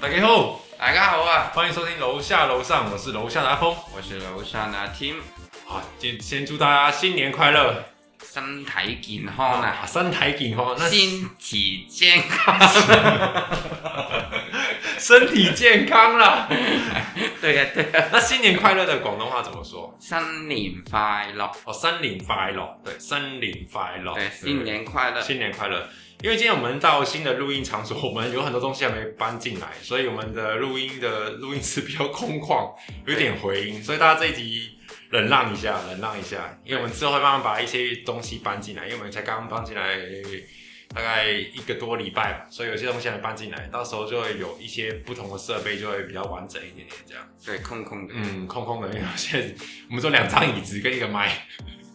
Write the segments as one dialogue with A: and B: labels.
A: 大家好，
B: 大家好啊，
A: 欢迎收听楼下楼上，我是楼下的阿峰。
B: 我是楼上的 Tim，
A: 好，先先祝大家新年快乐
B: 身體健康啊，
A: 啊，身体健康，那
B: 身體健康，
A: 身体健康啦。
B: 對啊對啊，
A: 那新年快乐的广东话怎么说？
B: 新年快樂，
A: 哦，新年快乐，对，新年快乐，
B: 對，新
A: 对
B: 年快樂，
A: 新年快乐。因为今天我们到新的录音场所，我们有很多东西还没搬进来，所以我们的录音的录音室比较空旷，有点回音，所以大家这一集忍让一下，忍让一下，因为我们之后会慢慢把一些东西搬进来，因为我们才刚刚搬进来大概一个多礼拜吧，所以有些东西还没搬进来，到时候就会有一些不同的设备就会比较完整一点点这样。
B: 對，空空的，
A: 嗯，空空的，因为有些我们说两张椅子跟一个麦，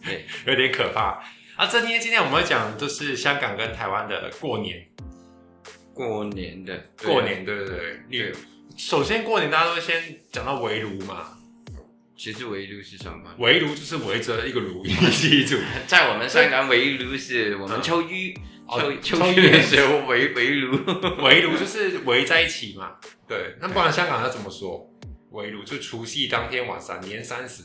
B: 对，
A: 有点可怕。啊，这今天今天我们会讲就是香港跟台湾的过年，
B: 過年的，對啊
A: 过，年，对对对。
B: 對
A: 你首先过年大家都会先讲到围炉嘛，
B: 其實圍爐是什麼？
A: 围炉就是围着一个炉 一起煮，
B: 在我們香港圍爐是我們抽淤，
A: 哦
B: 抽
A: 抽
B: 抽
A: 淤
B: 淤的時候圍圍爐，
A: 围炉就是围在一起嘛。对，那不然香港要怎么说？围炉就除夕当天晚上，年三十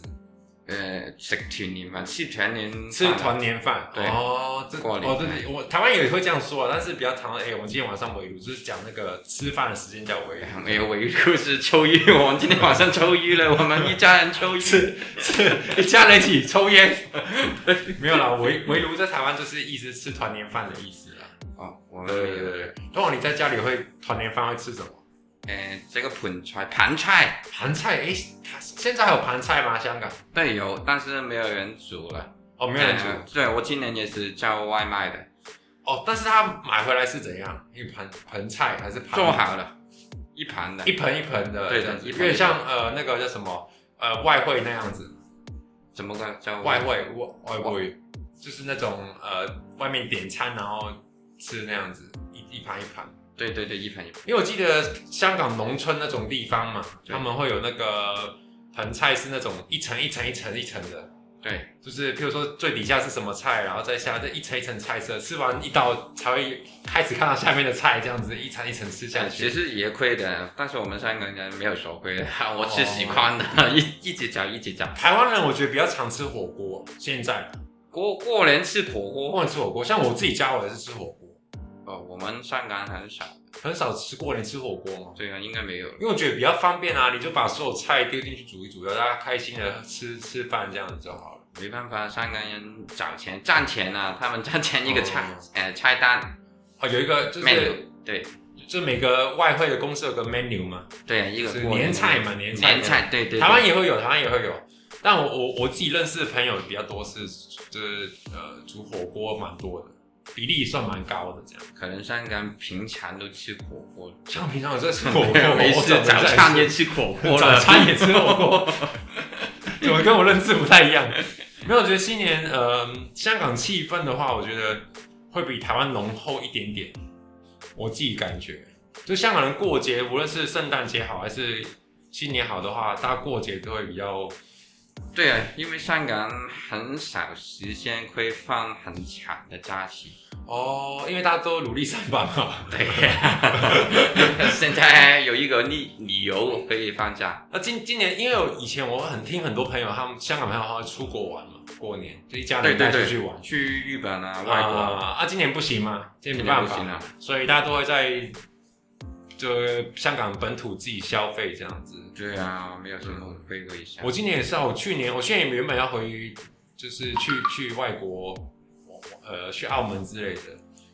B: 誒呃食團年飯，吃團年飯
A: 吃团年饭。
B: 对
A: 哦，这
B: 过年
A: 哦，这我台湾也会这样说啊，但是比较常哎、我们今天晚上围炉，就是讲那个吃饭的时间叫围炉。
B: 沒有圍爐是抽淤，我們今天晚上抽淤了，我們一家人抽淤，
A: 一家人一起抽烟，没有啦，围围炉在台湾就是意思吃团年饭的意思啦。
B: 哦，我們沒有。
A: 对，通常你在家里会团年饭会吃什么？
B: 诶，哎这个盆菜盘菜
A: 盘菜，哎、它现在还有盘菜吗？香港？
B: 对有，但是没有人煮了，
A: 哦，没有人煮。
B: 呃对我今年也是叫外卖的，
A: 哦，但是他买回来是怎样？一盘盆菜还是盘？
B: 做好了，一盘的
A: 一，盆一盆的，
B: 对
A: 这样子
B: 一
A: 有
B: 盆一盆
A: 点像呃那个叫什么呃外汇那样子，
B: 怎么个叫
A: 外？汇外外汇就是那种呃外面点餐然后吃那样子，一一盘一盘。
B: 对对对，一盘一盘，
A: 因为我记得香港农村那种地方嘛，
B: 对
A: 他们会有那个盆菜是那种一层一层一层一层的，
B: 对
A: 就是譬如说最底下是什么菜，然后再下这一层一层菜色，吃完一道才会开始看到下面的菜，这样子一层一层吃下
B: 对，哎其
A: 去。
B: 实也亏的，但是我们香港人没有手亏的， 我吃
A: 哦
B: 习惯了，一一直嚼一直嚼。
A: 台湾人我觉得比较常吃火锅，现在
B: 过过年吃火
A: 我
B: 锅，
A: 过年吃火锅，像我自己家我也是吃火锅，
B: 哦，我们香港很少，
A: 很少吃过年吃火锅嘛，
B: 对啊，应该没有了。
A: 因为我觉得比较方便啊，你就把所有菜丢进去煮一煮，让大家开心的吃吃饭这样子就好了。
B: 没办法，香港人找钱赚钱啊，他们赚钱一个菜
A: 哦，
B: 呃，菜单
A: 啊，有一个就是。
B: menu，对，
A: 就每个外汇的公司有个 menu 嘛，
B: 对啊，一
A: 就
B: 个
A: 是
B: 过
A: 年菜
B: 嘛，
A: 嘛，年菜。
B: 年菜，对对，
A: 台湾
B: 也
A: 也会有，台湾也会有。但我我我自己认识的朋友比较多是，就是呃煮火锅蛮多的，比例算蛮高的这样。
B: 可能香港平常都吃火锅，
A: 像平常有在吃火锅，
B: 没
A: 我怎
B: 事
A: 么
B: 早
A: 在吃
B: 餐也吃 火锅
A: 早
B: 了，
A: 餐也吃火锅，怎么跟我认知不太一样？没有，我觉得新年呃香港气氛的话，我觉得会比台湾浓厚一点点。我自己感觉，就香港人过节，无论是圣诞节好还是新年好的话，大家过节都会比较
B: 对啊，因为香港很少时间会放很长的假 期，
A: 哦，因为大家都努力上班嘛。
B: 对、啊， 现在有一个理理由可以放假，
A: 那今今年，因为我以前我很听很多朋友，他们香港朋友他会出国玩嘛，过年就一家
B: 对
A: 人
B: 对
A: 带
B: 对，
A: 出去玩。
B: 去日本啊，外国啊，
A: 啊啊，今年不行嘛，今
B: 今
A: 年
B: 年
A: 没办
B: 不
A: 法
B: 行，啊，
A: 所以大家都会在就香港本土自己消费这样子。
B: 对啊，没有什么回归一下
A: 我，今年也是啊，我去年我去年原本要回，就是去去外国，呃，去澳门之类的，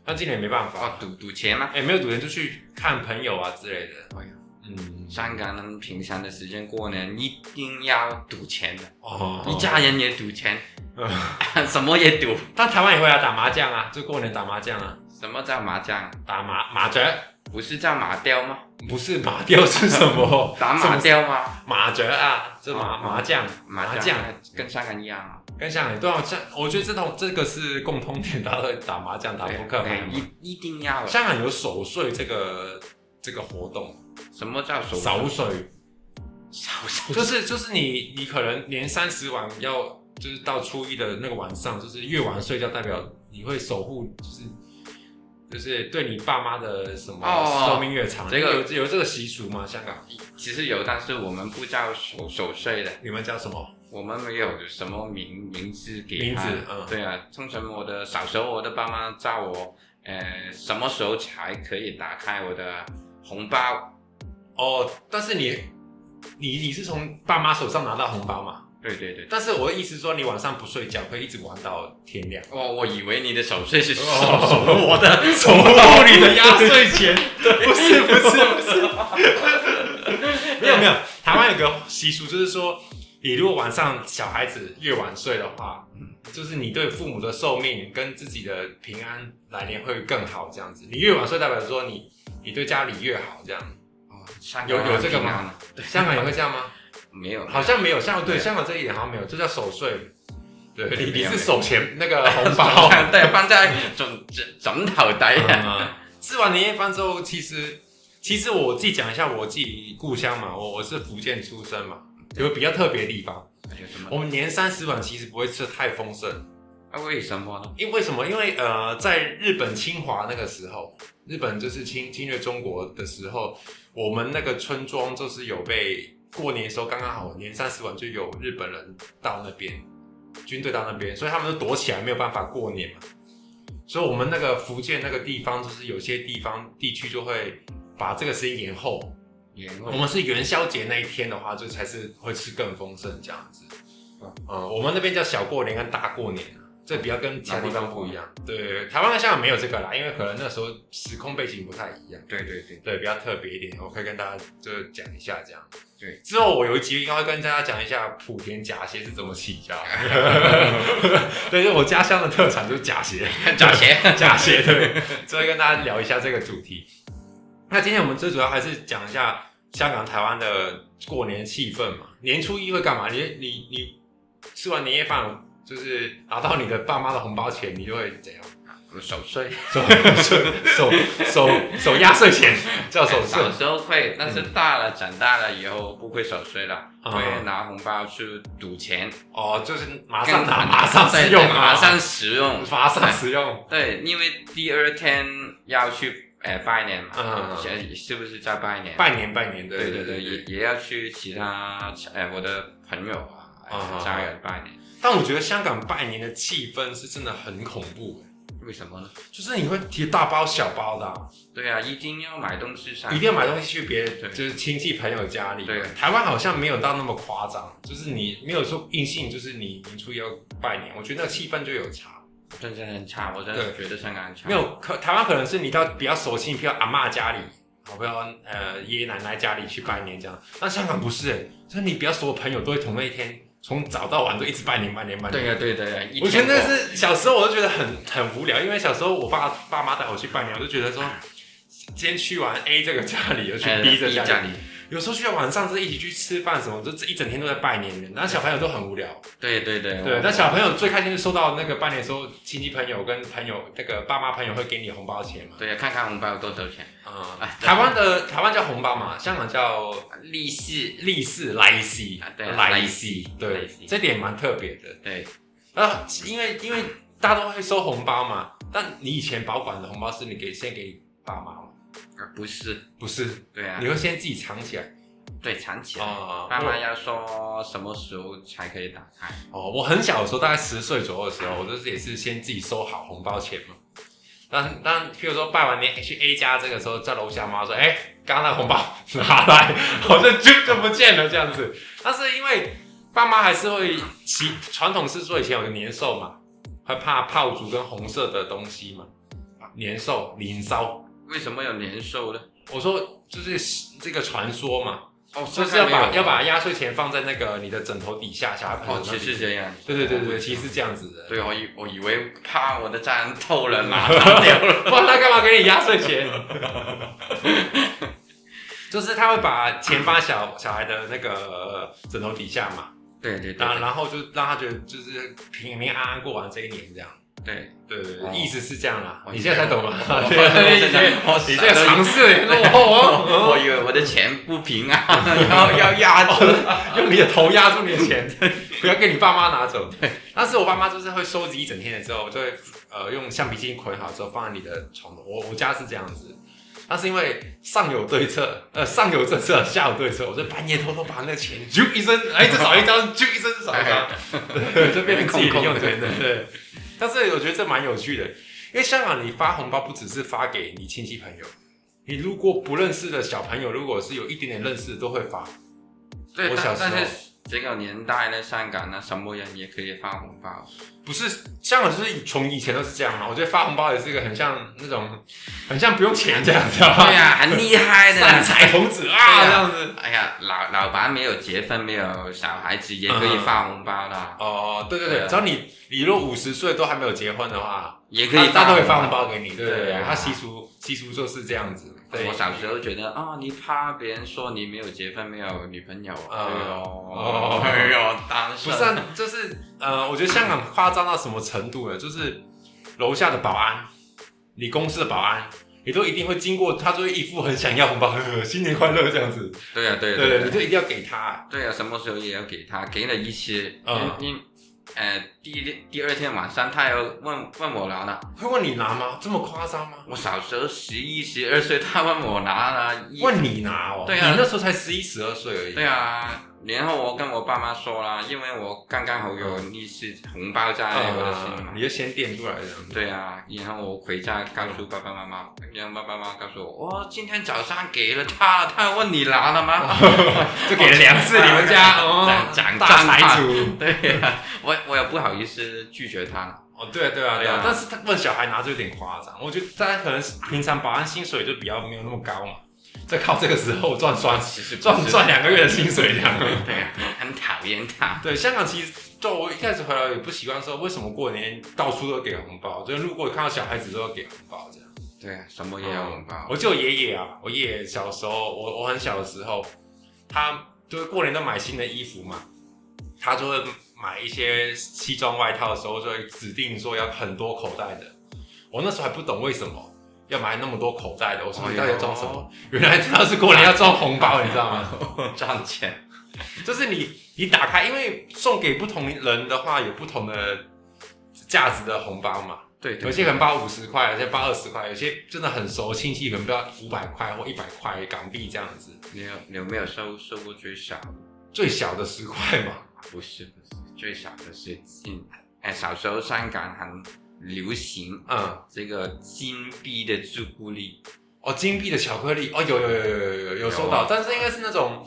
A: 但今年没办
B: 哦
A: 法，，
B: 赌赌钱吗？
A: 哎、没有赌钱就去看朋友啊之类的。
B: 哎呀
A: 嗯，
B: 香港人平常的时间过年一定要赌钱的。
A: 哦，
B: 一家人也赌 钱
A: 嗯，
B: 什么也赌，
A: 但台湾也会啊，打麻将啊，就过年打麻将啊，
B: 什么叫麻将？
A: 打麻麻雀，
B: 不是叫麻雕吗？？
A: 不是麻雕是什么
B: 打麻雕吗？
A: 麻雀啊，这麻
B: 哦
A: 麻将，
B: 麻
A: 将
B: 将跟香港一样啊，
A: 跟香港人对啊，像我觉得这种这个是共通点，大家都会打麻将、打啊扑克牌
B: 对，
A: 嘛。
B: 一一定要的。
A: 香港有守岁这个这个活动，
B: 什么叫手
A: 守岁
B: 手手
A: 就是就是你你可能年三十晚要就是到初一的那个晚上，就是越晚睡觉代表你会守护，就是就是对你爸妈的什么
B: 哦
A: 寿命越长，
B: 这个
A: 有有这个习俗吗？香港，
B: 其实有，但是我们不叫守守岁的，
A: 你们叫什么？
B: 我们没有什么名名字给
A: 名字
B: 他。
A: 嗯
B: 对啊，通常我的小时候，我的爸妈叫我，呃，什么时候才可以打开我的红包？
A: 哦，但是你你你是从爸妈手上拿到红包嘛？
B: 对对对，
A: 但是我的意思说，你晚上不睡觉，可以一直玩到天亮。
B: 哦，我以为你的守岁是守
A: 哦
B: 守我 的
A: 从
B: 包里的压岁
A: 钱，不是不是不是，没有没有，台湾有个习俗就是说，你如果晚上小孩子越晚睡的话，就是你对父母的寿命跟自己的平安来年会更好，这样子。你越晚睡，代表说你你对家里越好，这样。
B: 哦，香港
A: 有有这个吗
B: 平安啊？
A: 香港也会这样吗？
B: 没有，
A: 好像没有，香对
B: 对
A: 香港这一点好像没有，这叫守岁。对，
B: 对
A: 你
B: 没
A: 你
B: 有
A: 是
B: 没有
A: 手钱那 个红包。
B: 对，放在枕枕枕头 底啊。
A: 吃完嗯年夜饭之后，其实其实我自己讲一下我自己故乡嘛，我我是福建出生嘛，有个比较特别的地方，
B: 有什么？
A: 我们年三十晚其实不会吃得太丰盛，
B: 啊，为什么呢？
A: 因为什么？因为呃，在日本侵华那个时候，日本就是侵侵略中国的时候，我们那个村庄就是有被过年的时候刚刚好年三十晚就有日本人到那边，军队到那边，所以他们就躲起来，没有办法过年嘛。所以我们那个福建那个地方，就是有些地方地区就会把这个时间延后，
B: 也
A: 我们是元宵节那一天的话，就才是会吃更丰盛这样子。
B: 嗯
A: 嗯，我们那边叫小过年跟大过年啊，这比较跟其他地方不一样。对，台湾跟香港没有这个啦，因为可能那时候时空背景不太一样，
B: 对对对，
A: 对，比较特别一点。我可以跟大家就讲一下这样。
B: 对，
A: 之后我有一集应该会跟大家讲一下莆田夹鞋是怎么起家 的。对，就我家乡的特产就是夹鞋。
B: 找 鞋。
A: 假鞋，对，所以跟大家聊一下这个主题。那今天我们最主要还是讲一下香港、台湾的过年气氛嘛。年初一会干嘛？你你你吃完年夜饭，就是拿到你的爸妈的红包钱，你就会怎样？
B: 守岁，
A: 手手手手手压岁钱，叫手势
B: 小时候会，但是大了长大了以后不会守岁了，
A: 嗯
B: 会拿红包去赌钱，
A: 哦，就是马上拿，
B: 跟
A: 马上
B: 对
A: 使用
B: 对
A: 啊，
B: 马上使用。
A: 马上使用。
B: 对，因为第二天要去呃拜年嘛，
A: 嗯
B: 是是不是在拜年？
A: 拜年拜年，对
B: 对
A: 对
B: 对
A: 对
B: 对，也也要去其他呃我的朋友啊
A: 嗯嗯
B: 呃家人拜年，
A: 但我觉得香港拜年的气氛是真的很恐怖，
B: 为什么呢？
A: 就是你会提大包小包的啊、
B: 对啊，一定要买东西上，
A: 一定要买东西去别
B: 对
A: 就是亲戚朋友家里。
B: 对
A: 台湾好像没有到那么夸张，就是你没有说硬性，就是你年初一要拜年，我觉得那个气氛就有差。
B: 真的很差，我真的觉得香港很差。
A: 没有可台湾可能是你到比较熟悉，比如阿嬷家里，好不要呃爷爷奶奶家里去拜年这样。但香港不是、欸，所以你比较熟的朋友都会同那一天从早到晚都一直拜年拜年拜年。
B: 对呀、对的呀，一
A: 我觉得
B: 天
A: 那
B: 过
A: 是小时候，我就觉得很很无聊，因为小时候我爸爸妈带我去拜年，我就觉得说，今天去完 A 这个家里，又去
B: 哎
A: B 这个
B: 逼
A: 家里，
B: 家里，
A: 有时候去到晚上，就是一起去吃饭什么，就这一整天都在拜年的，然后小朋友都很无聊。
B: 对对对，
A: 对
B: 我，
A: 但小朋友最开心是收到那个拜年的时候，亲戚朋友跟朋友那个爸妈朋友会给你红包钱嘛。
B: 对呀，看看红包有多少钱，
A: 啊、
B: 哎
A: 台湾的台湾叫红包嘛，香港叫
B: 利息，
A: 利是来西
B: 啊，对啊
A: 来
B: 利
A: 西
B: 是，
A: 对
B: 利是，
A: 这点蛮特别的。
B: 对，
A: 啊，因为因为大家都会收红包嘛，但你以前保管的红包是你给先给爸妈吗？
B: 而不是，
A: 不是，
B: 对啊
A: 你，会先自己藏起来
B: 对，藏起来。
A: 啊
B: 爸妈要说什么时候才可以打开？
A: 哦，我很小的时候，大概十岁左右的时候，我就是也是先自己收好红包钱嘛。但但譬如说拜完年哎去 A 家这个时候，在楼下妈说：“哎、刚刚那个红包 拿来，我就就就不见了这样子。”但是因为爸妈还是会习传统是说以前有年兽嘛，会怕炮竹跟红色的东西嘛，年兽年烧。
B: 为什么有年兽呢？
A: 我说就是这个传说嘛，
B: 哦，
A: 就是要把
B: 现在没有
A: 要把压岁钱放在那个你的枕头底下，小孩朋
B: 哦
A: 友，那
B: 其
A: 里。
B: 实这样。
A: 对对对对，其实是这样子的。
B: 对，我以我以为怕我的家人偷 了拿掉了。
A: 不然他干嘛给你压岁钱？就是他会把钱放在小小孩的那个呃枕头底下嘛，
B: 对对
A: 然后
B: 对
A: 然后就让他觉得就是平平安安过完这一年这样。
B: 对，
A: 对对
B: 哦
A: 对，意思是这样啦。
B: 哦
A: 你现在才懂吗？
B: 我
A: 对对对
B: 我
A: 你这个尝试，哦
B: 我
A: 我
B: 以为我的钱不平安， 要要压住。
A: 用你的头压 住你的钱，不要给你爸妈拿走。但是我爸妈就是会收集一整天的时候，就会呃用橡皮筋捆好之后放在你的床头。我我家是这样子，那是因为上有对策，呃上有政策，下有对策，我就半夜偷偷把那个钱啾一声，哎、这少一张，啾一声少一张， 对，就变成自己零用钱的。对，但是我觉得这蛮有趣的，因为香港你发红包不只是发给你亲戚朋友，你如果不认识的小朋友，如果是有一点点认识的都会发。
B: 对，
A: 我小
B: 但
A: 时候
B: 但是这个年代呢，香港呢，啊什么人也可以发红
A: 啊
B: 包，
A: 不是香港，就是从以前都是这样嘛。我觉得发红包也是一个很像那种，很像不用钱这样，知道
B: 对
A: 吗？
B: 呀、很厉害 的。
A: 散彩童子啊，
B: 对啊
A: 这样子。
B: 哎呀，老老板没有结婚，没有小孩子也可以发红包的，
A: 哦，对对
B: 对
A: 对，
B: 啊
A: 只要你你若五十岁都还没有结婚的话，
B: 也可
A: 他
B: 以
A: 他都会发
B: 发
A: 红。包给你，对对
B: 对
A: 对
B: 啊，
A: 他习俗习俗就是这样子。对
B: 我，小时候觉得啊、你怕别人说你没有结婚，没有女朋友，
A: 啊
B: 哎呦，
A: 哦
B: 哎呦，单身
A: 不是、啊，就是呃，我觉得香港夸张到什么程度呢？就是楼下的保安，你公司的保安，你都一定会经过，他就会一副很想要红包，呵呵新年快乐这样子。
B: 对呀、对
A: 对
B: 呀、
A: 对，
B: 呀
A: 你就一定要给他。
B: 对啊，什么时候也要给他，给了一些，
A: 嗯
B: 因因，呃，第一天第二天晚上他又问问我拿了，
A: 会问你拿吗？这么夸张吗？
B: 我小时候十一十二岁，他问我拿了一，
A: 问你拿哦，
B: 对啊
A: 你那时候才十一十二岁而已。
B: 对啊，然后我跟我爸妈说啦，因为我刚刚好有利息红包在
A: 啊，
B: 我的心嘛
A: 你，就先垫出来这 样子。
B: 对啊，然后我回家告诉爸爸妈妈，
A: 嗯
B: 让爸爸妈妈告诉我，我、今天早上给了他，他问你拿了吗？
A: 就给了两次，你们家哦，
B: 长长
A: 大
B: 长大
A: 财主。
B: 对呀、我我也不好意思拒绝他了。
A: 哦，对啊，对啊，
B: 对
A: 对
B: 啊
A: 啊。但是他问小孩拿就有点夸张，我觉得大家可能是平常保安薪水就比较没有那么高嘛，再靠这个时候赚 赚
B: 其实不是
A: 赚赚两个月的薪水这 样。
B: 对啊，很讨厌他。
A: 对，香港其实就我一开始回来也不习惯，说为什么过年到处都给红包，就路过看到小孩子都要给红包这样。
B: 对啊，什么也要红包。
A: 我记得我爷爷啊，我爷爷小时候，我我很小的时候，他就是过年都买新的衣服嘛，他就会买一些西装外套的时候，就会指定说要很多口袋的。我那时候还不懂为什么要买那么多口袋的，我说
B: 哎呦
A: 你到底要装什么？原来他是过年要装红包，你知道吗？
B: 赚钱，
A: 就是你你打开，因为送给不同人的话有不同的价值的红包嘛。
B: 对对
A: 有些可能包五十块，有些包二十块，有些真的很熟亲戚，可能包五百块或一百块港币这样子，
B: 你有你有没有收收过最少？
A: 最小的十块嘛。
B: 不是不是，最少的是金。哎，小时候香港很流行
A: 嗯，
B: 这个金币的朱古力，
A: 哦，金币的巧克力，哦，有有有有有有有收
B: 有啊
A: 到，但是应该是那种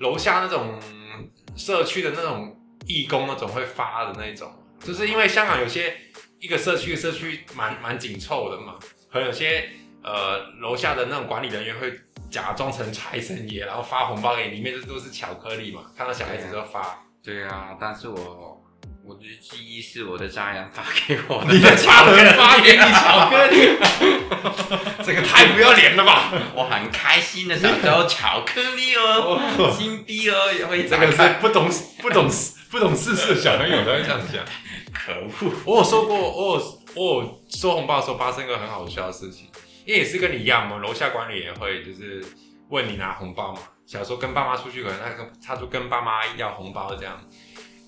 A: 楼下那种嗯社区的那种义工那种会发的那种，就是因为香港有些一个社区社区蛮蛮紧凑的嘛，可能有些呃楼下的那种管理人员会假装成财神爷，然后发红包给你，里面这都是巧克力嘛，看到小孩子就发。
B: 对啊，但是我我的记忆是我的家人发给我的，
A: 你 的家人发给你巧克力， 这个太不要脸了吧！
B: 我很开心的小时候，巧克力哦，金币哦，也会
A: 这
B: 打
A: 个
B: 开
A: 是不懂不懂不懂世事的小朋友才会这样讲。
B: 可恶，
A: 我有收过，我有我有收红包的时候发生一个很好笑的事情，因为也是跟你一样嘛，楼下管理也会就是问你拿红包嘛。小时候跟爸妈出去，可能他跟他就跟爸妈要红包这样。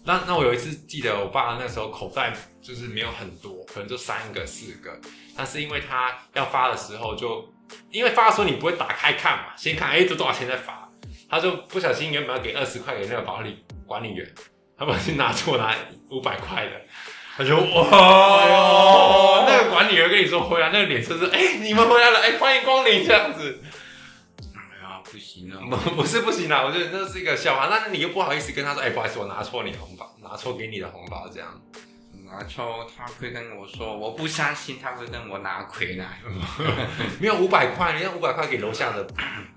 A: 那那我有一次记得，我爸那时候口袋就是没有很多，可能就三个四个，但是因为他要发的时候就，因为发的时候你不会打开看嘛，先看哎这多少钱再发，他就不小心原本要给二十块给那个管理管理员，他不小心拿错拿五百块的，他就哇，
B: 哎呦
A: 那个管理员跟你说回来，那个脸色是哎、你们回来了，哎、欢迎光临这样子，
B: 哎呀，不行了。
A: 不 不是不行啦，我觉得那是一个笑话，那你又不好意思跟他说，哎、不好意思，我拿错你的红包，拿错给你的红包这样，
B: 拿错，他会跟我说，我不相信他会跟我拿回来。
A: 没有五百块，你要五百块给楼下的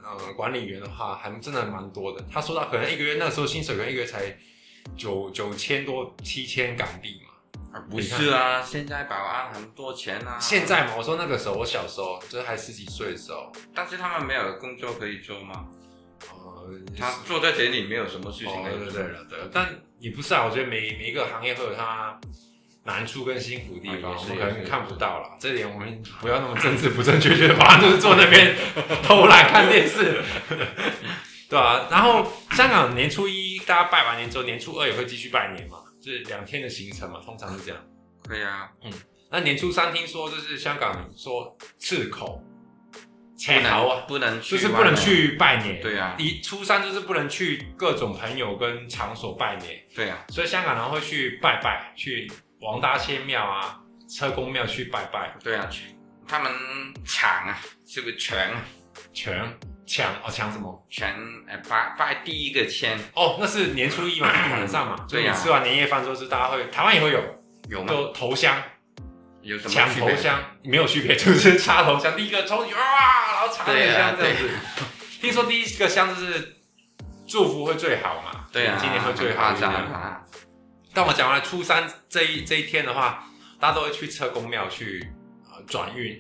A: 呃管理员的话，还真的蛮多的。他说到可能一个月那个时候薪水可能一个月才九九千多七千港币嘛，
B: 啊不是啊，现在保安很多钱啊。
A: 现，在嘛，我说那个时候我小时候就是还十几岁的时候，
B: 但是他们没有工作可以做吗？
A: 呃，
B: 他坐在这里没有什么事情
A: 哦
B: 可
A: 对
B: 以
A: 了
B: 做。
A: 对了对了，但也不是啊，我觉得每每一个行业会有它难处跟辛苦的地方，我
B: 啊也是
A: 们可
B: 也
A: 能
B: 是
A: 看不到了。这点我们不要那么政治不正确，觉得好像就是坐那边偷懒看电视， 对啊。然后香港年初一大家拜完年之后，年初二也会继续拜年嘛，就是两天的行程嘛，通常是这样。
B: 对啊，
A: 嗯，那年初三听说就是香港说赤口，
B: 不
A: 切头
B: 能
A: 啊，
B: 不能去，
A: 就是不能。去拜年。
B: 对啊，
A: 一初三就是不能去各种朋友跟场所拜年，
B: 对啊，
A: 所以香港人会去拜拜，去王大仙庙啊、车公庙去拜拜，
B: 对啊，他们抢啊，这个全啊
A: 全抢哦抢什么？
B: 全呃拜拜第一个签
A: 哦，那是年初一嘛，晚上嘛，就是
B: 对嗯
A: 你
B: 呀
A: 吃完年夜饭之后，是大家会，台湾也会有，
B: 有吗？
A: 就头香
B: 有什么
A: 抢
B: 区
A: 头
B: 别？
A: 香，没有区别，就是插头香，第一个抽啊，然后插一香这样子。听说第一个香就是祝福会最好嘛，
B: 对啊，
A: 今年会最好
B: 夸
A: 一
B: 张
A: 点。
B: 啊！
A: 但我讲完了初三这一这一天的话，大家都会去车公庙去呃转运，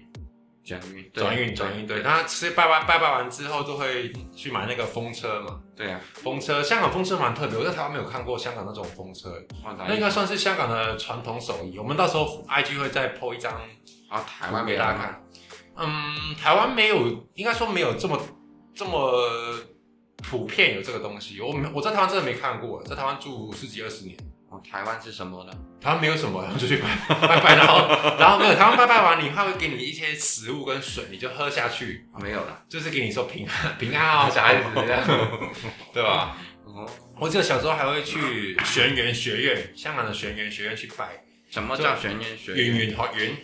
B: 转运，对
A: 转运转运，对，他吃拜拜拜拜完之后，都会去买那个风车嘛。
B: 对啊，
A: 风车，香港风车蛮特别，我在台湾没有看过香港那种风车、
B: 我
A: 那应
B: 来
A: 该算是香港的传统手艺。我们到时候 IG 会再 po 一张
B: 啊，台
A: 图
B: 湾
A: 给
B: 没
A: 大
B: 来
A: 家
B: 吗？
A: 看。嗯，台湾没有，应该说没有这么这么普遍有这个东西。我没我在台湾真的没看过，在台湾住十几二十年，
B: 哦，台湾是什么呢？
A: 台湾没有什么，然后就去拜拜拜，然后然后没有台湾拜拜完，你他会给你一些食物跟水，你就喝下去，
B: 没有了。
A: 就是给你说平安平安哦，小孩子这样，对吧？
B: 哦，
A: 我记得小时候还会去玄元学院，香港的玄元学院去拜
B: 什么叫玄元学
A: 圆
B: 院？
A: 圆好圆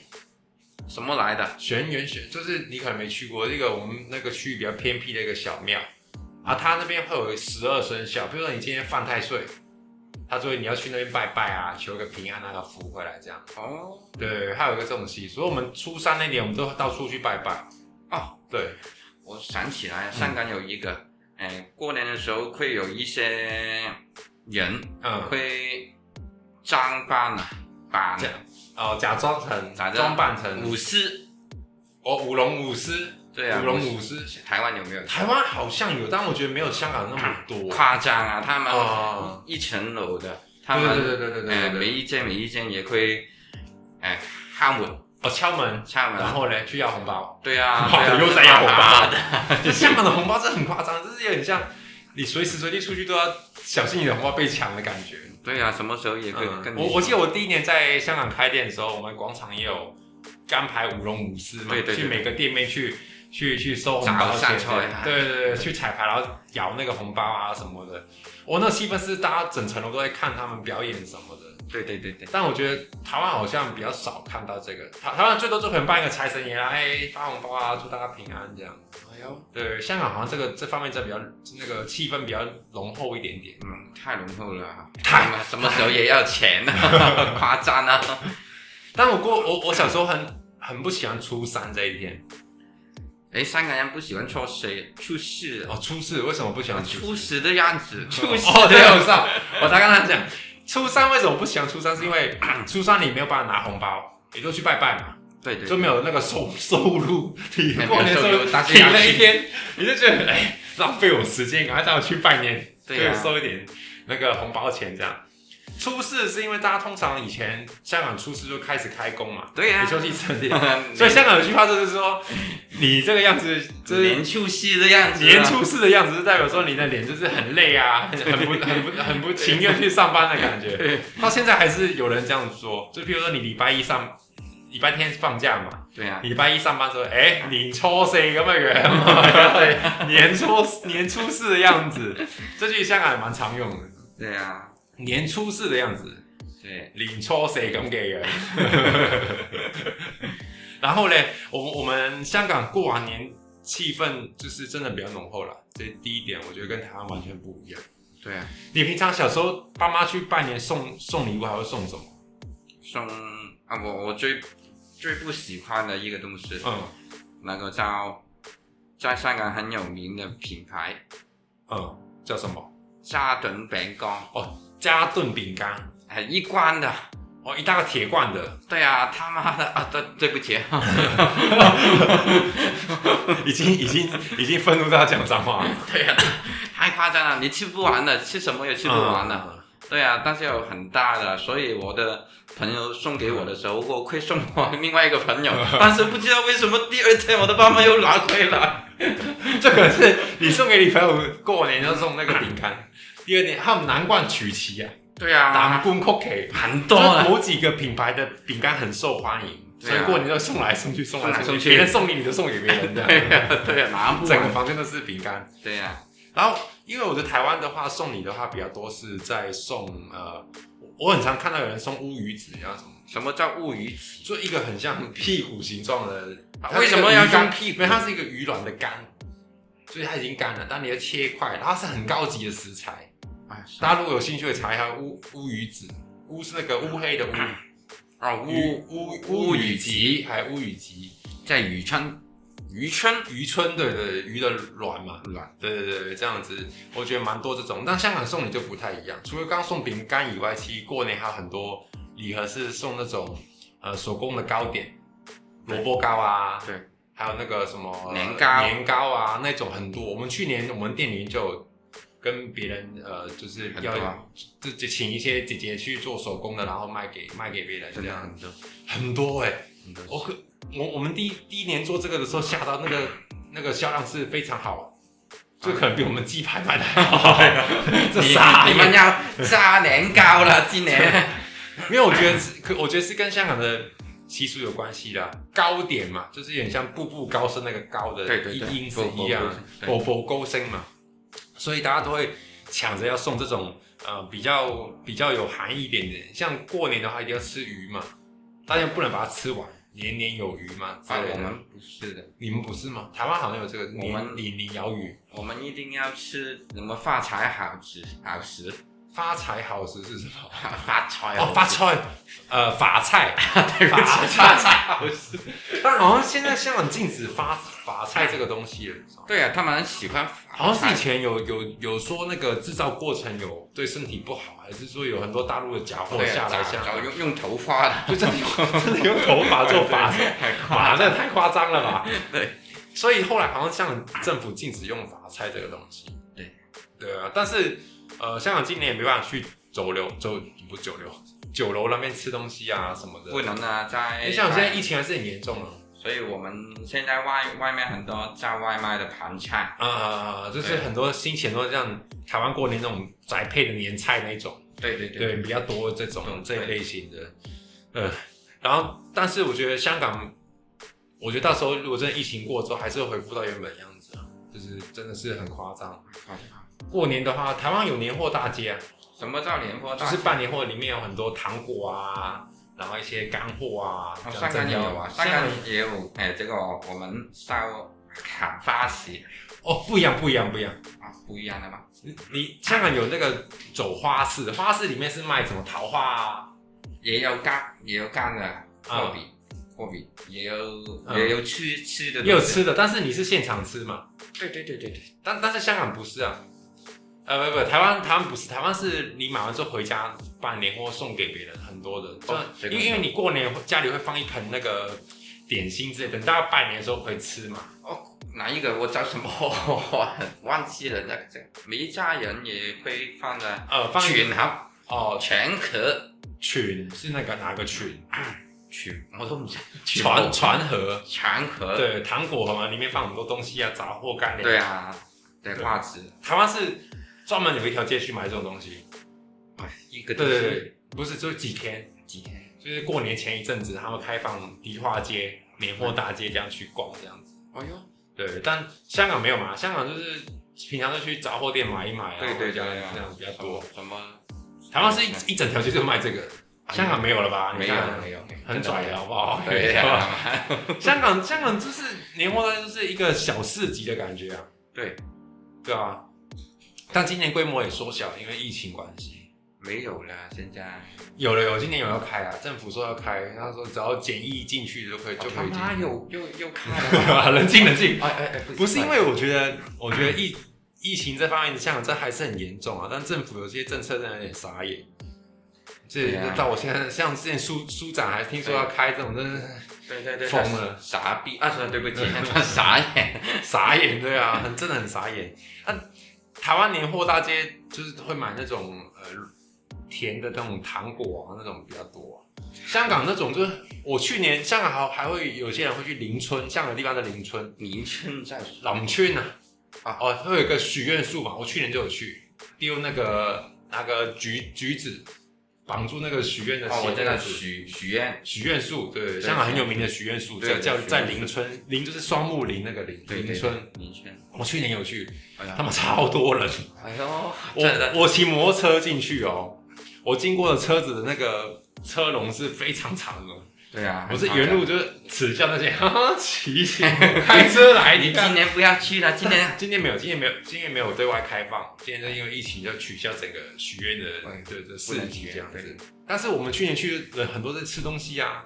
B: 什么来的？
A: 玄元学，就是你可能没去过这个我们那个区域比较偏僻的一个小庙啊，它那边会有十二生肖，比如说你今天犯太岁，他说你要去那边拜拜啊，求个平安那个福回来这样。
B: 哦，
A: 对，还有一个这种习俗，所以我们初三那年我们都到处去拜拜。
B: 哦，
A: 对，
B: 我想起来，
A: 嗯
B: 香港有一个，哎、过年的时候会有一些人
A: 嗯，
B: 会装扮啊，扮
A: 这样哦，假装成
B: 假
A: 装
B: 装
A: 扮成
B: 舞狮。
A: 哦舞龙舞狮，
B: 对啊，
A: 舞龙舞狮。
B: 台湾有没有？
A: 台湾好像有，但我觉得没有香港那么多。
B: 夸张啊，他们
A: 哦
B: 一层楼的，他
A: 对
B: 们
A: 对对对对对
B: 哎
A: 对
B: 每
A: 对，
B: 一间每一间也会，哎、敲门
A: 哦，敲门，
B: 敲门，
A: 然后嘞去要红 包，
B: 对啊，
A: 哇
B: 对啊
A: 又在要红包
B: 大的
A: 就香港的红包真的很夸张，就是有点像你随时随地出去都要小心你的红包被抢的感觉。
B: 对啊，什么时候也会
A: 嗯
B: 跟你、
A: 我我记得我第一年在香港开店的时候，我们广场也有干牌舞龙舞狮嘛，
B: 对对对
A: 去每个店面去去去收红包
B: 找上
A: 钱
B: 抽呀
A: 对对对，去彩排，然后摇那个红包啊什么的。我、那气氛是大家整层楼都在看他们表演什么的。
B: 对对对对，
A: 但我觉得台湾好像比较少看到这个，台台湾最多就可能办一个财神爷啊，哎发红包啊，祝大家平安这样。
B: 哎呦，
A: 对，香港好像这个这方面真的比较那个气氛比较浓厚一点点。
B: 嗯，太浓厚了啊，
A: 太
B: 他们什么时候也要钱 啊， 夸张啊，
A: 但我过我我小时候很很不喜欢初三这一天
B: 哎，香港人不喜欢错谁出事
A: 哦，初四为什么不喜欢初
B: 初十的样子，啊初十
A: 哦，对，我
B: 的
A: 知道，我才跟他讲，初三为什么不喜欢初三，是因为 初三你没有办法拿红包，你就去拜拜嘛，
B: 对对
A: 就
B: 对，
A: 没有那个收收入，你
B: 没有
A: 过年的时候
B: 收入但是
A: 停
B: 要
A: 了一
B: 去
A: 天，你就觉得哎浪费我时间，赶啊快带我去拜年。
B: 对啊，
A: 收一点那个红包钱这样。初四是因为大家通常以前香港初四就开始开工嘛，
B: 对
A: 也
B: 啊，
A: 休息三天，所
B: 所
A: 以香港有句话就是说，你这个样子就是
B: 年初四的样子 啊，
A: 年初四的样子，就代表说你的脸就是很累啊，很很不很不很不情愿去上班的感觉
B: 对。
A: 到现在还是有人这样说，就譬如说你礼拜一上。礼拜天放假嘛，
B: 对啊，
A: 礼拜一上班的时候，哎、你初四咁嘅样，对年初年初四的样子，这句香港还蛮常用的。
B: 对啊，
A: 年初四的样子，
B: 对，
A: 年初四咁嘅样。 然后呢，我们我们香港过完年气氛就是真的比较浓厚了，这第一点我觉得跟台湾完全不一样。
B: 对啊，
A: 你平常小时候爸妈去拜年送送礼物还会送什么？
B: 送啊，我我最最不喜欢的一个东西，
A: 嗯
B: 那个叫在香港很有名的品牌
A: 嗯，叫什么？哦
B: 嘉顿饼干，
A: 加顿饼干
B: 哎，一罐的，
A: 哦，一大个铁罐的，
B: 对啊，他妈的啊，对 对不起，
A: 已经已经已经愤怒到讲脏 话了，
B: 对啊，太夸张了，你吃不完的，吃什么也吃不完的，
A: 了。
B: 对啊，但是有很大的，所以我的朋友送给我的时候，我会送我另外一个朋友，但是不知道为什么第二天我的爸妈又拿回来，
A: 这可是你送给你朋友过年就送那个饼干，第二点他们难冠曲奇啊。
B: 对啊，
A: 打棍 cookie，
B: 很多
A: 就是
B: 了，
A: 某几个品牌的饼干很受欢迎，
B: 对啊
A: 所以过年就送来送去，送来
B: 送来送
A: 送
B: 去
A: 去，别人送你你就送给别人的，
B: 对呀、对呀、拿不
A: 整个
B: 完，
A: 房间都是饼干。
B: 对呀、
A: 然后，因为我在台湾的话，送礼的话比较多是在送呃，我很常看到有人送乌鱼子啊什么，
B: 什么叫物语？
A: 就一个很像屁股形状的，嗯它
B: 为什么要
A: 是一个鱼
B: 用
A: 干？
B: 屁
A: 因
B: 股
A: 为？它是一个鱼卵的肝，所以它已经干了，但你要切块，然后它是很高级的食材。
B: 哎
A: 大家如果有兴趣，查一下乌乌鱼子，乌是那个乌黑的乌，
B: 啊，
A: 乌
B: 物
A: 乌
B: 乌
A: 乌
B: 鱼
A: 鱼
B: 集
A: 集，还乌鱼集，
B: 在渔村，渔村
A: 鱼春对对对鱼的卵嘛，
B: 嗯卵
A: 对对对对，这样子我觉得蛮多这种，但香港送礼就不太一样，除了刚刚送饼干以外，其实过年还有很多礼盒是送那种呃手工的糕点，萝卜糕啊，
B: 对，
A: 还有那个什么呃
B: 年糕
A: 年糕啊那种很多。我们去年我们店里面就有跟别人呃，就是
B: 很多
A: 要
B: 啊
A: 就就请一些姐姐去做手工的，然后卖给卖给别人这
B: 真的
A: 样
B: 很，多
A: 很多哎、
B: 很多。
A: 我可我我们第一第一年做这个的时候，吓到那 个那个销量是非常好，就可能比我们鸡排卖的还 好。这
B: 你
A: 傻
B: 你
A: 眼
B: 们要炸年糕了，今年
A: 因为我觉得是，可我觉得是跟香港的习俗有关系啦。糕点嘛，就是有点像步步高升那个高的
B: 对对对
A: 音是
B: 步步
A: 一样
B: 高升，对
A: 步步高升嘛，所以大家都会抢着要送这种呃比较比较有含义一点点。像过年的话，一定要吃鱼嘛，大家不能把它吃完，年年有余嘛之
B: 啊，
A: 类
B: 我
A: 的。
B: 们不是的，
A: 你们不是吗？台湾好像有这个
B: 我们
A: 年年年遥语，
B: 我们一定要吃什么发财好食好食，
A: 发财好时是什么？
B: 发财好
A: 哦，
B: 时
A: 发，财，呃，法 菜，
B: 对不
A: 发
B: 起，发财好食。
A: 但好像现在香港禁止发法菜这个东西了，
B: 对啊，他们很喜欢发财，
A: 好哦像是以前有有有说那个制造过程有对身体不好，还是说有很多大陆的假货
B: 对啊
A: 下来
B: 找
A: 香
B: 找
A: 港，
B: 用用头发的，
A: 就真的有真的用头发做法菜，
B: 太 夸
A: 哇，那太夸张了吧？
B: 对，
A: 所以后来好像香港政府禁止用法菜这个东西。
B: 对，
A: 对啊，但是呃，香港今年也没办法去酒楼、酒不酒楼、酒楼那边吃东西啊什么的。
B: 不能啊，在
A: 你哎像现在疫情还是很严重啊，
B: 所以我们现在外外面很多叫外卖的盘菜，
A: 啊、就是
B: 对
A: 很多新前都像台湾过年那种宅配的年菜那种，
B: 对对
A: 对，比较多这种
B: 嗯
A: 这一类型的，呃，然后但是我觉得香港，我觉得到时候如果真的疫情过之后，还是会恢复到原本的样子啊，就是真的是很夸张。过年的话，台湾有年货大街啊，
B: 什么叫年货
A: 就
B: 大
A: 是
B: 街？
A: 办年货，里面有很多糖果啊，然后一些干货啊，
B: 哦
A: 这
B: 上
A: 样
B: 港
A: 真的
B: 也有啊，上
A: 香港
B: 港也有，哎，这个我们烧砍花喜
A: 哦，不一样，不一样，不一样。
B: 啊，不一样的嘛，
A: 你你香港有那个走花市，花市里面是卖什么桃花啊？
B: 也有干也有干的货
A: 啊，
B: 币，货币也有
A: 嗯
B: 也有吃吃的，
A: 也有，吃的，但是你是现场吃嘛？
B: 对对对对对，
A: 但但是香港不是啊，呃不不，台湾台湾不是，台湾是你买完之后回家把年货送给别人，很多的，就、
B: 哦这个
A: 因为因为你过年家里会放一盆那个点心之类的，等大家拜年的时候会吃嘛。
B: 哪一个我叫什么？忘记了那个这个，梅家人也会放的
A: 呃，放一
B: 全盒
A: 哦
B: 全壳
A: 裙是那个哪个裙？
B: 全，我都唔知哦
A: 船船盒，
B: 全壳。
A: 对，糖果盒嘛，里面放很多东西啊，杂货干粮。
B: 对啊，对
A: 对
B: 袜子，
A: 台湾是专门有一条街去买这种东西。
B: 哎，一个
A: 对
B: 就
A: 对
B: 是
A: 对，不是，就几天，
B: 几天，
A: 就是过年前一阵子，他们开放迪化街、年货大街这样去逛，这样子。
B: 哎呦，
A: 对，但香港没有嘛，香港就是平常就去杂货店买一买啊，
B: 对对对
A: 这样
B: 对
A: 这样比较多。
B: 什么？
A: 台湾是一一整条街就卖这个，香港没有了吧？
B: 哎没
A: 你
B: 有
A: 看
B: 没有，
A: 很拽的好不好？
B: 对啊
A: 吧？
B: 呀，
A: 香港香港就是年货大街就是一个小市集的感觉啊。
B: 对，
A: 对啊，但今年规模也缩小，因为疫情关系。
B: 没有了，现在
A: 有了有，今年有要开啊，政府说要开，他说只要检疫进去就可以，就
B: 就
A: 可
B: 他
A: 以进
B: 妈
A: 去。
B: 又又又开 了，
A: 冷静冷静，
B: 哎哎哎，
A: 不是因为我觉得，我觉得疫疫情这方面，像这还是很严重啊，但政府有些政策真的有点傻眼。
B: 对
A: 这
B: 啊
A: 到我现在，像之前书书展还听说要开这种，真的是
B: 对对对，
A: 疯了
B: 傻逼啊！对不起，他傻眼，
A: 傻眼，对啊，很真的很傻眼。那台湾年货大街就是会买那种呃甜的那种糖果啊，那种比较多啊、香港那种就是我去年香港还还会有些人会去邻村，香港地方的邻村
B: 林春在
A: 朗村啊，
B: 啊
A: 哦，会有一个许愿树嘛，我去年就有去丢那个那个橘橘子绑住那个许愿的
B: 哦，我
A: 线
B: 这
A: 那
B: 个
A: 个树
B: 许许愿，
A: 许愿树，对，
B: 对
A: 香港很有名的许愿树，
B: 对
A: 在叫
B: 对许愿
A: 在林村，林就是双木林那个林
B: 对
A: 林村。，
B: 对林村，
A: 我去年有去，
B: 哎
A: 他
B: 呀，
A: 们超多人，
B: 哎呦，真的
A: 我我骑摩托车进去哦，我经过的车子的那个车龙是非常长的，
B: 对啊，
A: 我是
B: 很好
A: 原路就是耻笑那些哈哈骑 行开车来，
B: 看。
A: 你
B: 你
A: 看
B: 今年不要去了，今年
A: 今年没有，今年没有，今年没有对外开放，今年就因为疫情就取消整个许愿的
B: 嗯
A: 的的
B: 不
A: 事
B: 能
A: 情
B: 许
A: 这样
B: 愿
A: 子。但是我们去年去人很多在吃东西啊，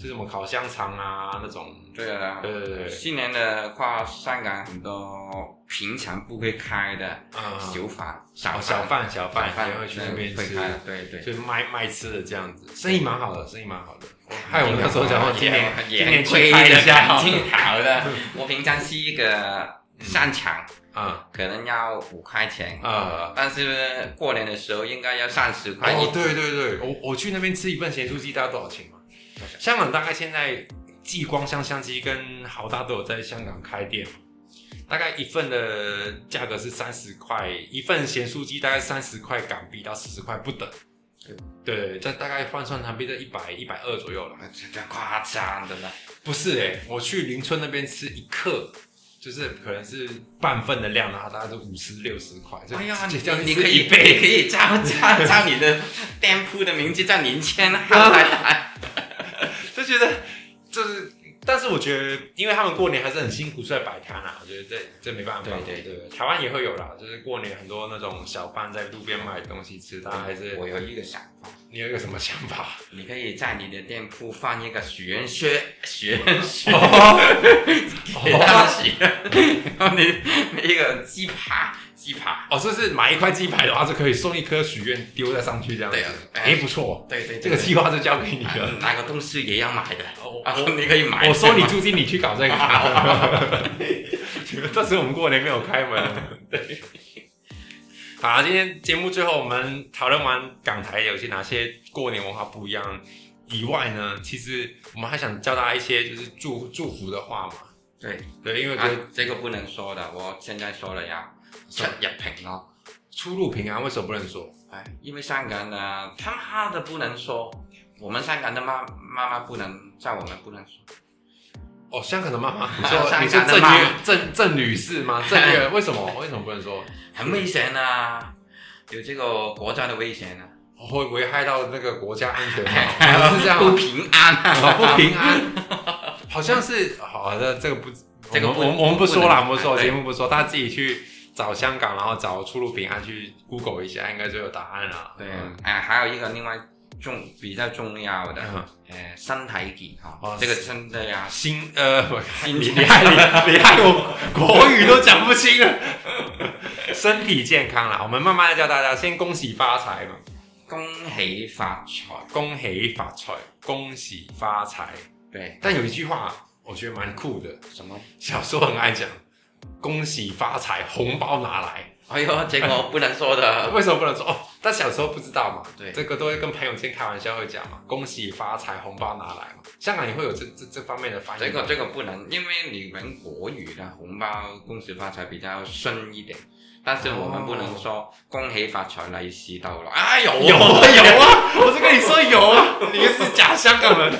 A: 吃什么烤香肠啊那种，
B: 对啊，
A: 对对对，
B: 新年的话，香港很多平常不会开的
A: 啊、
B: 小贩、
A: 小小贩小贩也会去那边
B: 会
A: 吃，
B: 开的，对对。
A: 就卖卖吃的这样子，生意蛮好的，生意蛮好的。我害我那时候讲我今年今
B: 也
A: 年
B: 亏
A: 去
B: 的
A: 拍一下
B: 感
A: 好了
B: 情好 的。我平常是一个擅长，
A: 啊
B: 可能要五块钱，
A: 啊。
B: 但是过年的时候应该要三十块一
A: 哦，对对对，我我去那边吃一份咸酥鸡，大概多少钱嘛？
B: 多少
A: 香港大概现在继光香香鸡跟豪大都有在香港开店嘛，大概一份的价格是三十块，一份咸酥鸡大概三十块港币到四十块不等。对，这大概换算台币在一百一百二左右了。
B: 这个夸张的了。
A: 不是哎、我去邻村那边吃一克，就是可能是半份的量，然啊后大概是五十六十块。就
B: 哎呀，
A: 直
B: 你
A: 接这样
B: 你
A: 吃
B: 可以
A: 一
B: 你可
A: 倍，
B: 以叫叫叫你的店铺的名字叫林谦浩来来。
A: 就觉得就是，但是我觉得，因为他们过年还是很辛苦出来摆摊啊，我觉得这这没办法。
B: 对对
A: 对，台湾也会有啦，就是过年很多那种小贩在路边卖东西吃，大家还是
B: 我有一个想法，
A: 你有一个什么想法？
B: 你可以在你的店铺放一个许愿靴，许愿靴。 给他们洗，然后你一个鸡扒，鸡扒，
A: 哦，就是买一块鸡排的话，就可以送一颗许愿丢在上去这样子
B: 对啊，
A: 哎，不错，
B: 对对，
A: 这个计划就交给你
B: 啊
A: 了。
B: 哪个东西也要买的，
A: 哦
B: 啊，你可以买。
A: 我收你租金，你去搞这个。 这是我们过年没有开门。 对。好啦，今天节目最后我们讨论完港台有些哪些过年文化不一样以外呢，其实我们还想教大家一些就是祝祝福的话嘛。
B: 对，
A: 对，因为我觉得
B: 啊，这个不能说的，我现在说了呀，出入平安。
A: 出入平安，为什么不能说？
B: 哎，因为香港呢，他妈的不能说，我们香港的妈妈妈不能在我们不能说，
A: 哦，香港的妈妈，你
B: 香
A: 说
B: 港的
A: 你是郑
B: 妈
A: 女
B: 妈
A: 郑郑女士吗？郑女 为什么为什么不能说？
B: 很危险啊，有这个国家的危险啊，
A: 会危害到那个国家安 全吗？ 是这样吗
B: 不？平安
A: 好
B: 啊，
A: 不平安， 好像是好的，这个不，
B: 这个
A: 我
B: 不
A: 们我们我们不说啦，我们不
B: 不能
A: 说，
B: 对
A: 节目不说，大家自己去找香港，然后找出入平安去 Google 一下，应该就有答案了。
B: 对
A: 嗯，
B: 哎，还有一个另外重比较重要的，
A: 嗯
B: 呃，身体健康，
A: 哦
B: 这个真的呀，
A: 心呃，我
B: 心
A: 你你害你你害我国语都讲不清 了。身体健康啦，我们慢慢的教大家，先恭喜发财嘛，
B: 恭喜发财，
A: 恭喜发财，恭喜发财。
B: 对，
A: 但有一句话，我觉得蛮酷的，
B: 什么？
A: 小时候很爱讲，恭喜发财，红包拿来。
B: 哎呦，这个我不能说的，
A: 为什么不能说？哦，但小时候不知道嘛，
B: 对
A: 这个都会跟朋友间开玩笑会讲嘛，恭喜发财，红包拿来嘛。香港也会有这这这方面的翻译
B: 这
A: 吗，
B: 个这个不能，因为你们国语的红包恭喜发财比较顺一点，但是我们不能说恭喜发财利是到了，啊，有
A: 有啊有啊，我是跟你说有啊，你是假香港人，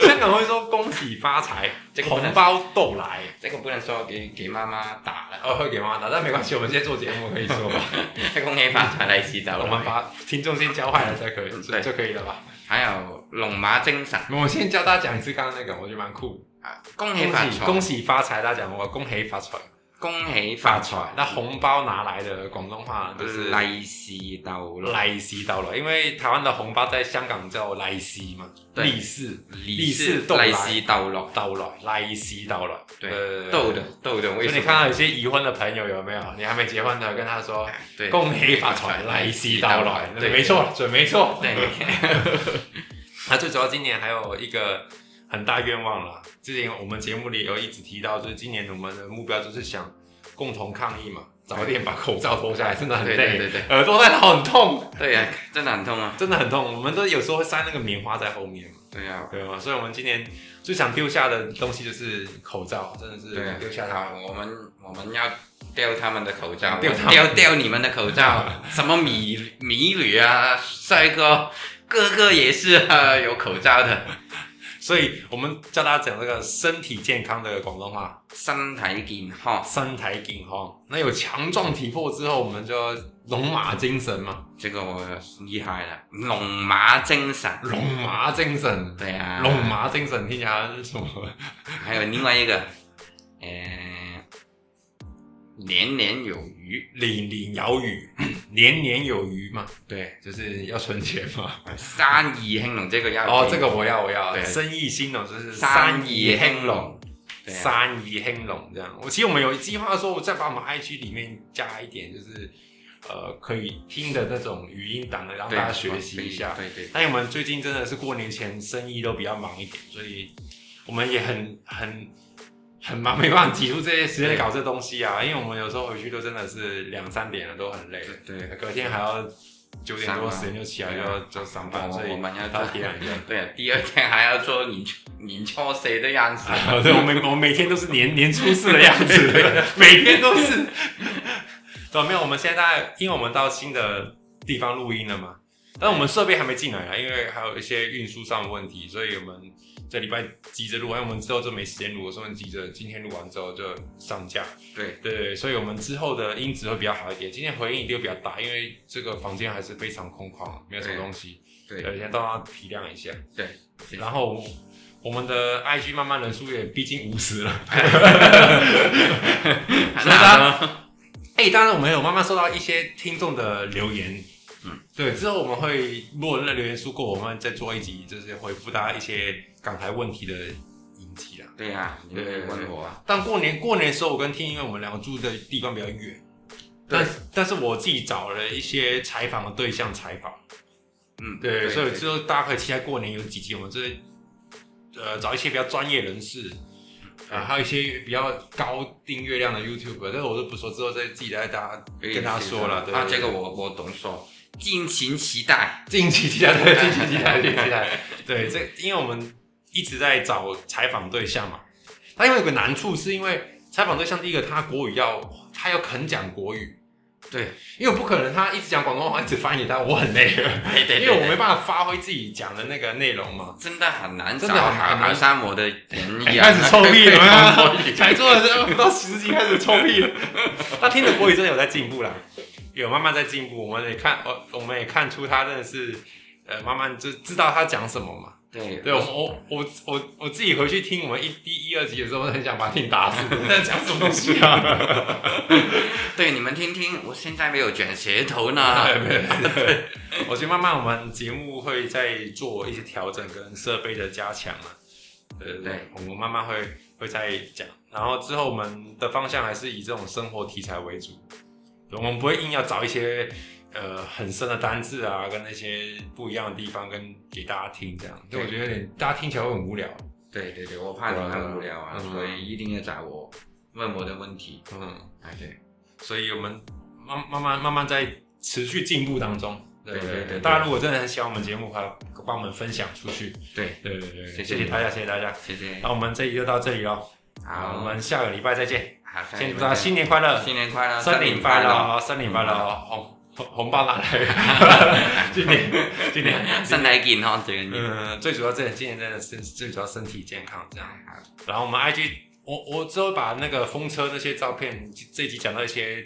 A: 香港会说恭喜发财，
B: 这个不能
A: 红包逗来，
B: 这个不能说给给妈妈打了，
A: 哦，会给妈妈拿，但没关系，我们现在做节目可以说 吧，
B: 恭喜发财利是到
A: 我们
B: 了，
A: 把听众先教坏了才可以，
B: 对
A: 就可以了吧？
B: 还有龙马精神
A: 我先教大家讲一次刚刚那个，我觉得蛮酷的，
B: 啊，恭
A: 恭
B: 喜发
A: 喜
B: 财，
A: 恭喜发财，大家讲我恭喜发财。
B: 恭喜
A: 发
B: 发
A: 财
B: 财，。
A: 那红包拿来的广东话就是
B: 利是到了，
A: 利是到了，因为台湾的红包在香港叫利是嘛，
B: 对
A: 利是利
B: 利
A: 是
B: 是
A: 到来
B: 利是到了。
A: 到了，利是到了，
B: 对
A: 对
B: 逗的。逗的，
A: 所
B: 为
A: 以
B: 什
A: 你
B: 么？
A: 看到有些已婚的朋友有没有？你还没结婚的，跟他说
B: 对，
A: 恭喜发财，利是到来，
B: 对，
A: 没错，准没错。
B: 对，
A: 那最主要今年还有一个很大愿望啦，之前我们节目里有一直提到，就是今年我们的目标就是想共同抗疫嘛，早一点把口罩脱下来，真的很
B: 对
A: 累，
B: 对对对
A: 耳朵在很痛，
B: 对呀，真的很痛啊！
A: 真的很痛，我们都有时候会塞那个棉花在后面嘛，
B: 对呀，
A: 对吗？所以我们今年最想丢下的东西就是口罩，真的
B: 对
A: 是
B: 啊
A: 丢下它。
B: 啊，我们我们要掉他们的口罩，
A: 掉他们
B: 掉掉你们的口罩， 什么米米女啊、帅哥，个个也是啊有口罩的。
A: 所以我们教大家讲这个身体健康的广东话，
B: 身体健康，
A: 身体健康。那有强壮体魄之后，我们就要龙马精神嘛，
B: 这个我厉害了，龙马精神。
A: 龙马精神，
B: 对啊，
A: 龙马精神听起来是什么？
B: 还有另外一个，呃，年年有余。
A: 年年有余，年年有余嘛，
B: 对，
A: 就是要存钱嘛。
B: 生意兴隆这个要
A: 哦，这个我要，我要，
B: 啊对
A: 生意兴隆就是
B: 生意兴隆，对啊
A: 三一黑龙这样。我其实我们有计划说，我再把我们 IG 里面加一点，就是呃可以听的那种语音档的，让
B: 对
A: 大家学习一下。
B: 对对，对
A: 但我们最近真的是过年前生意都比较忙一点，所以我们也很很很忙，没办法挤出这些时间来搞这东西啊。因为我们有时候回去都真的是两三点了，都很累，
B: 对对
A: 隔天还要九点多
B: 上班
A: 时间就起来就要就上班，
B: 我
A: 所以
B: 我们要
A: 到
B: 做
A: 天亮一样。
B: 对啊，第二天还要做年初年初四的样子。
A: 啊， 对，我每我每天都是年年初四的样子，每天都是。对，啊没有，我们现在因为我们到新的地方录音了嘛，但我们设备还没进来啊，因为还有一些运输上的问题，所以我们这礼拜急着录完，因为我们之后就没时间录了，所以我们急着今天录完之后就上架。
B: 对，
A: 对对，所以我们之后的音质会比较好一点。今天回音一定会比较大，因为这个房间还是非常空旷，没有什么东西。
B: 对
A: 先大家体谅一下。
B: 对，
A: 然后我们的 IG 慢慢人数也逼近五十 了，所以大家，
B: 那
A: 哎、当然我们有慢慢收到一些听众的留言，
B: 嗯，
A: 对，之后我们会如果那留言数过，我们再做一集，就是回复大家一些港台问题的影集啦。
B: 对啊，你
A: 对对
B: 没
A: 对
B: 问我啊，
A: 但过年过年的时候，我跟天因为我们两个住的地方比较远，
B: 对
A: 但但是我自己找了一些采访的对象采访，
B: 嗯，
A: 对，所以之后大家可以期待过年有几集，我们这呃找一些比较专业人士，
B: 嗯
A: 啊，还有一些比较高订阅量的 YouTube，但是我就不说，之后再自己再大家
B: 可以
A: 跟他说了对
B: 啊，
A: 对对
B: 这个我我懂说，敬请期待。
A: 敬请期待，对，敬请期待，敬请期待。 对，这因为我们一直在找采访对象嘛，但因为有个难处，是因为采访对象第一个他国语要他要肯讲国语，
B: 对，
A: 因为我不可能他一直讲广东话一直翻译，但我很累了，
B: 对对，
A: 因为我
B: 对
A: 没办法发挥自己讲的那个内容嘛。
B: 真的很难找
A: 真的很难
B: 好像我的啊人一样，？
A: 开始臭屁了吗才做了这不 到十集，开始臭屁了。 他听的国语真的有在进步啦，有慢慢在进步。我们也看，呃，我们也看出他真的是，呃，慢慢就知道他讲什么嘛。
B: 对
A: 对，我我我我我自己回去听我们一第一二集的时候，我很想把听打 死，在讲什么东西啊？
B: 对，你们听听，我现在没有卷舌头呢。
A: 对对啊对，我觉得慢慢我们节目会再做一些调整跟设备的加强嘛。对对
B: 对
A: 对，我们慢慢会会再讲，然后之后我们的方向还是以这种生活题材为主，我们不会硬要找一些呃很深的单字啊，跟那些不一样的地方跟给大家听这样，就我觉得有点大家听起来会很无聊。
B: 对对对，我怕你们无聊啊，
A: 嗯
B: 所以一定要找我问我的问题。
A: 嗯。
B: 哎，对，
A: 所以我们慢慢慢慢慢在持续进步当中。
B: 对对对对
A: 大家如果真的很喜欢我们节目，还要帮我们分享出去。
B: 对，
A: 对对对，
B: 谢谢
A: 谢谢大家，谢谢大家。
B: 谢谢。
A: 那我们这集就到这里喽，
B: 好，
A: 我们下个礼拜再见。
B: 好，下
A: 先
B: 礼
A: 祝
B: 拜
A: 大家
B: 见
A: 新年快乐，
B: 新年快乐，
A: 生
B: 年
A: 日
B: 快
A: 快乐，生日快乐，红红红包拿来， 今年今年。
B: 身体健康最紧要。
A: 嗯，最主要真的今年真的是最主要身体健康这样。
B: 好
A: 然后我们 IG，我我之后把那个风车那些照片，这一集讲到一些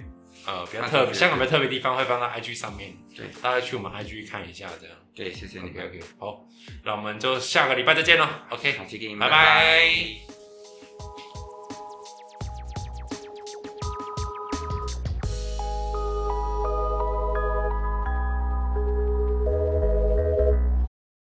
A: 呃比较特别，香港比较特别的地方，会放到 IG 上面，
B: 对，
A: 大家去我们 IG 看一下这样。
B: 对，谢谢你
A: OK OK，好，那我们就下个礼拜再见喽。OK，
B: 下次见，
A: 拜
B: 拜
A: 拜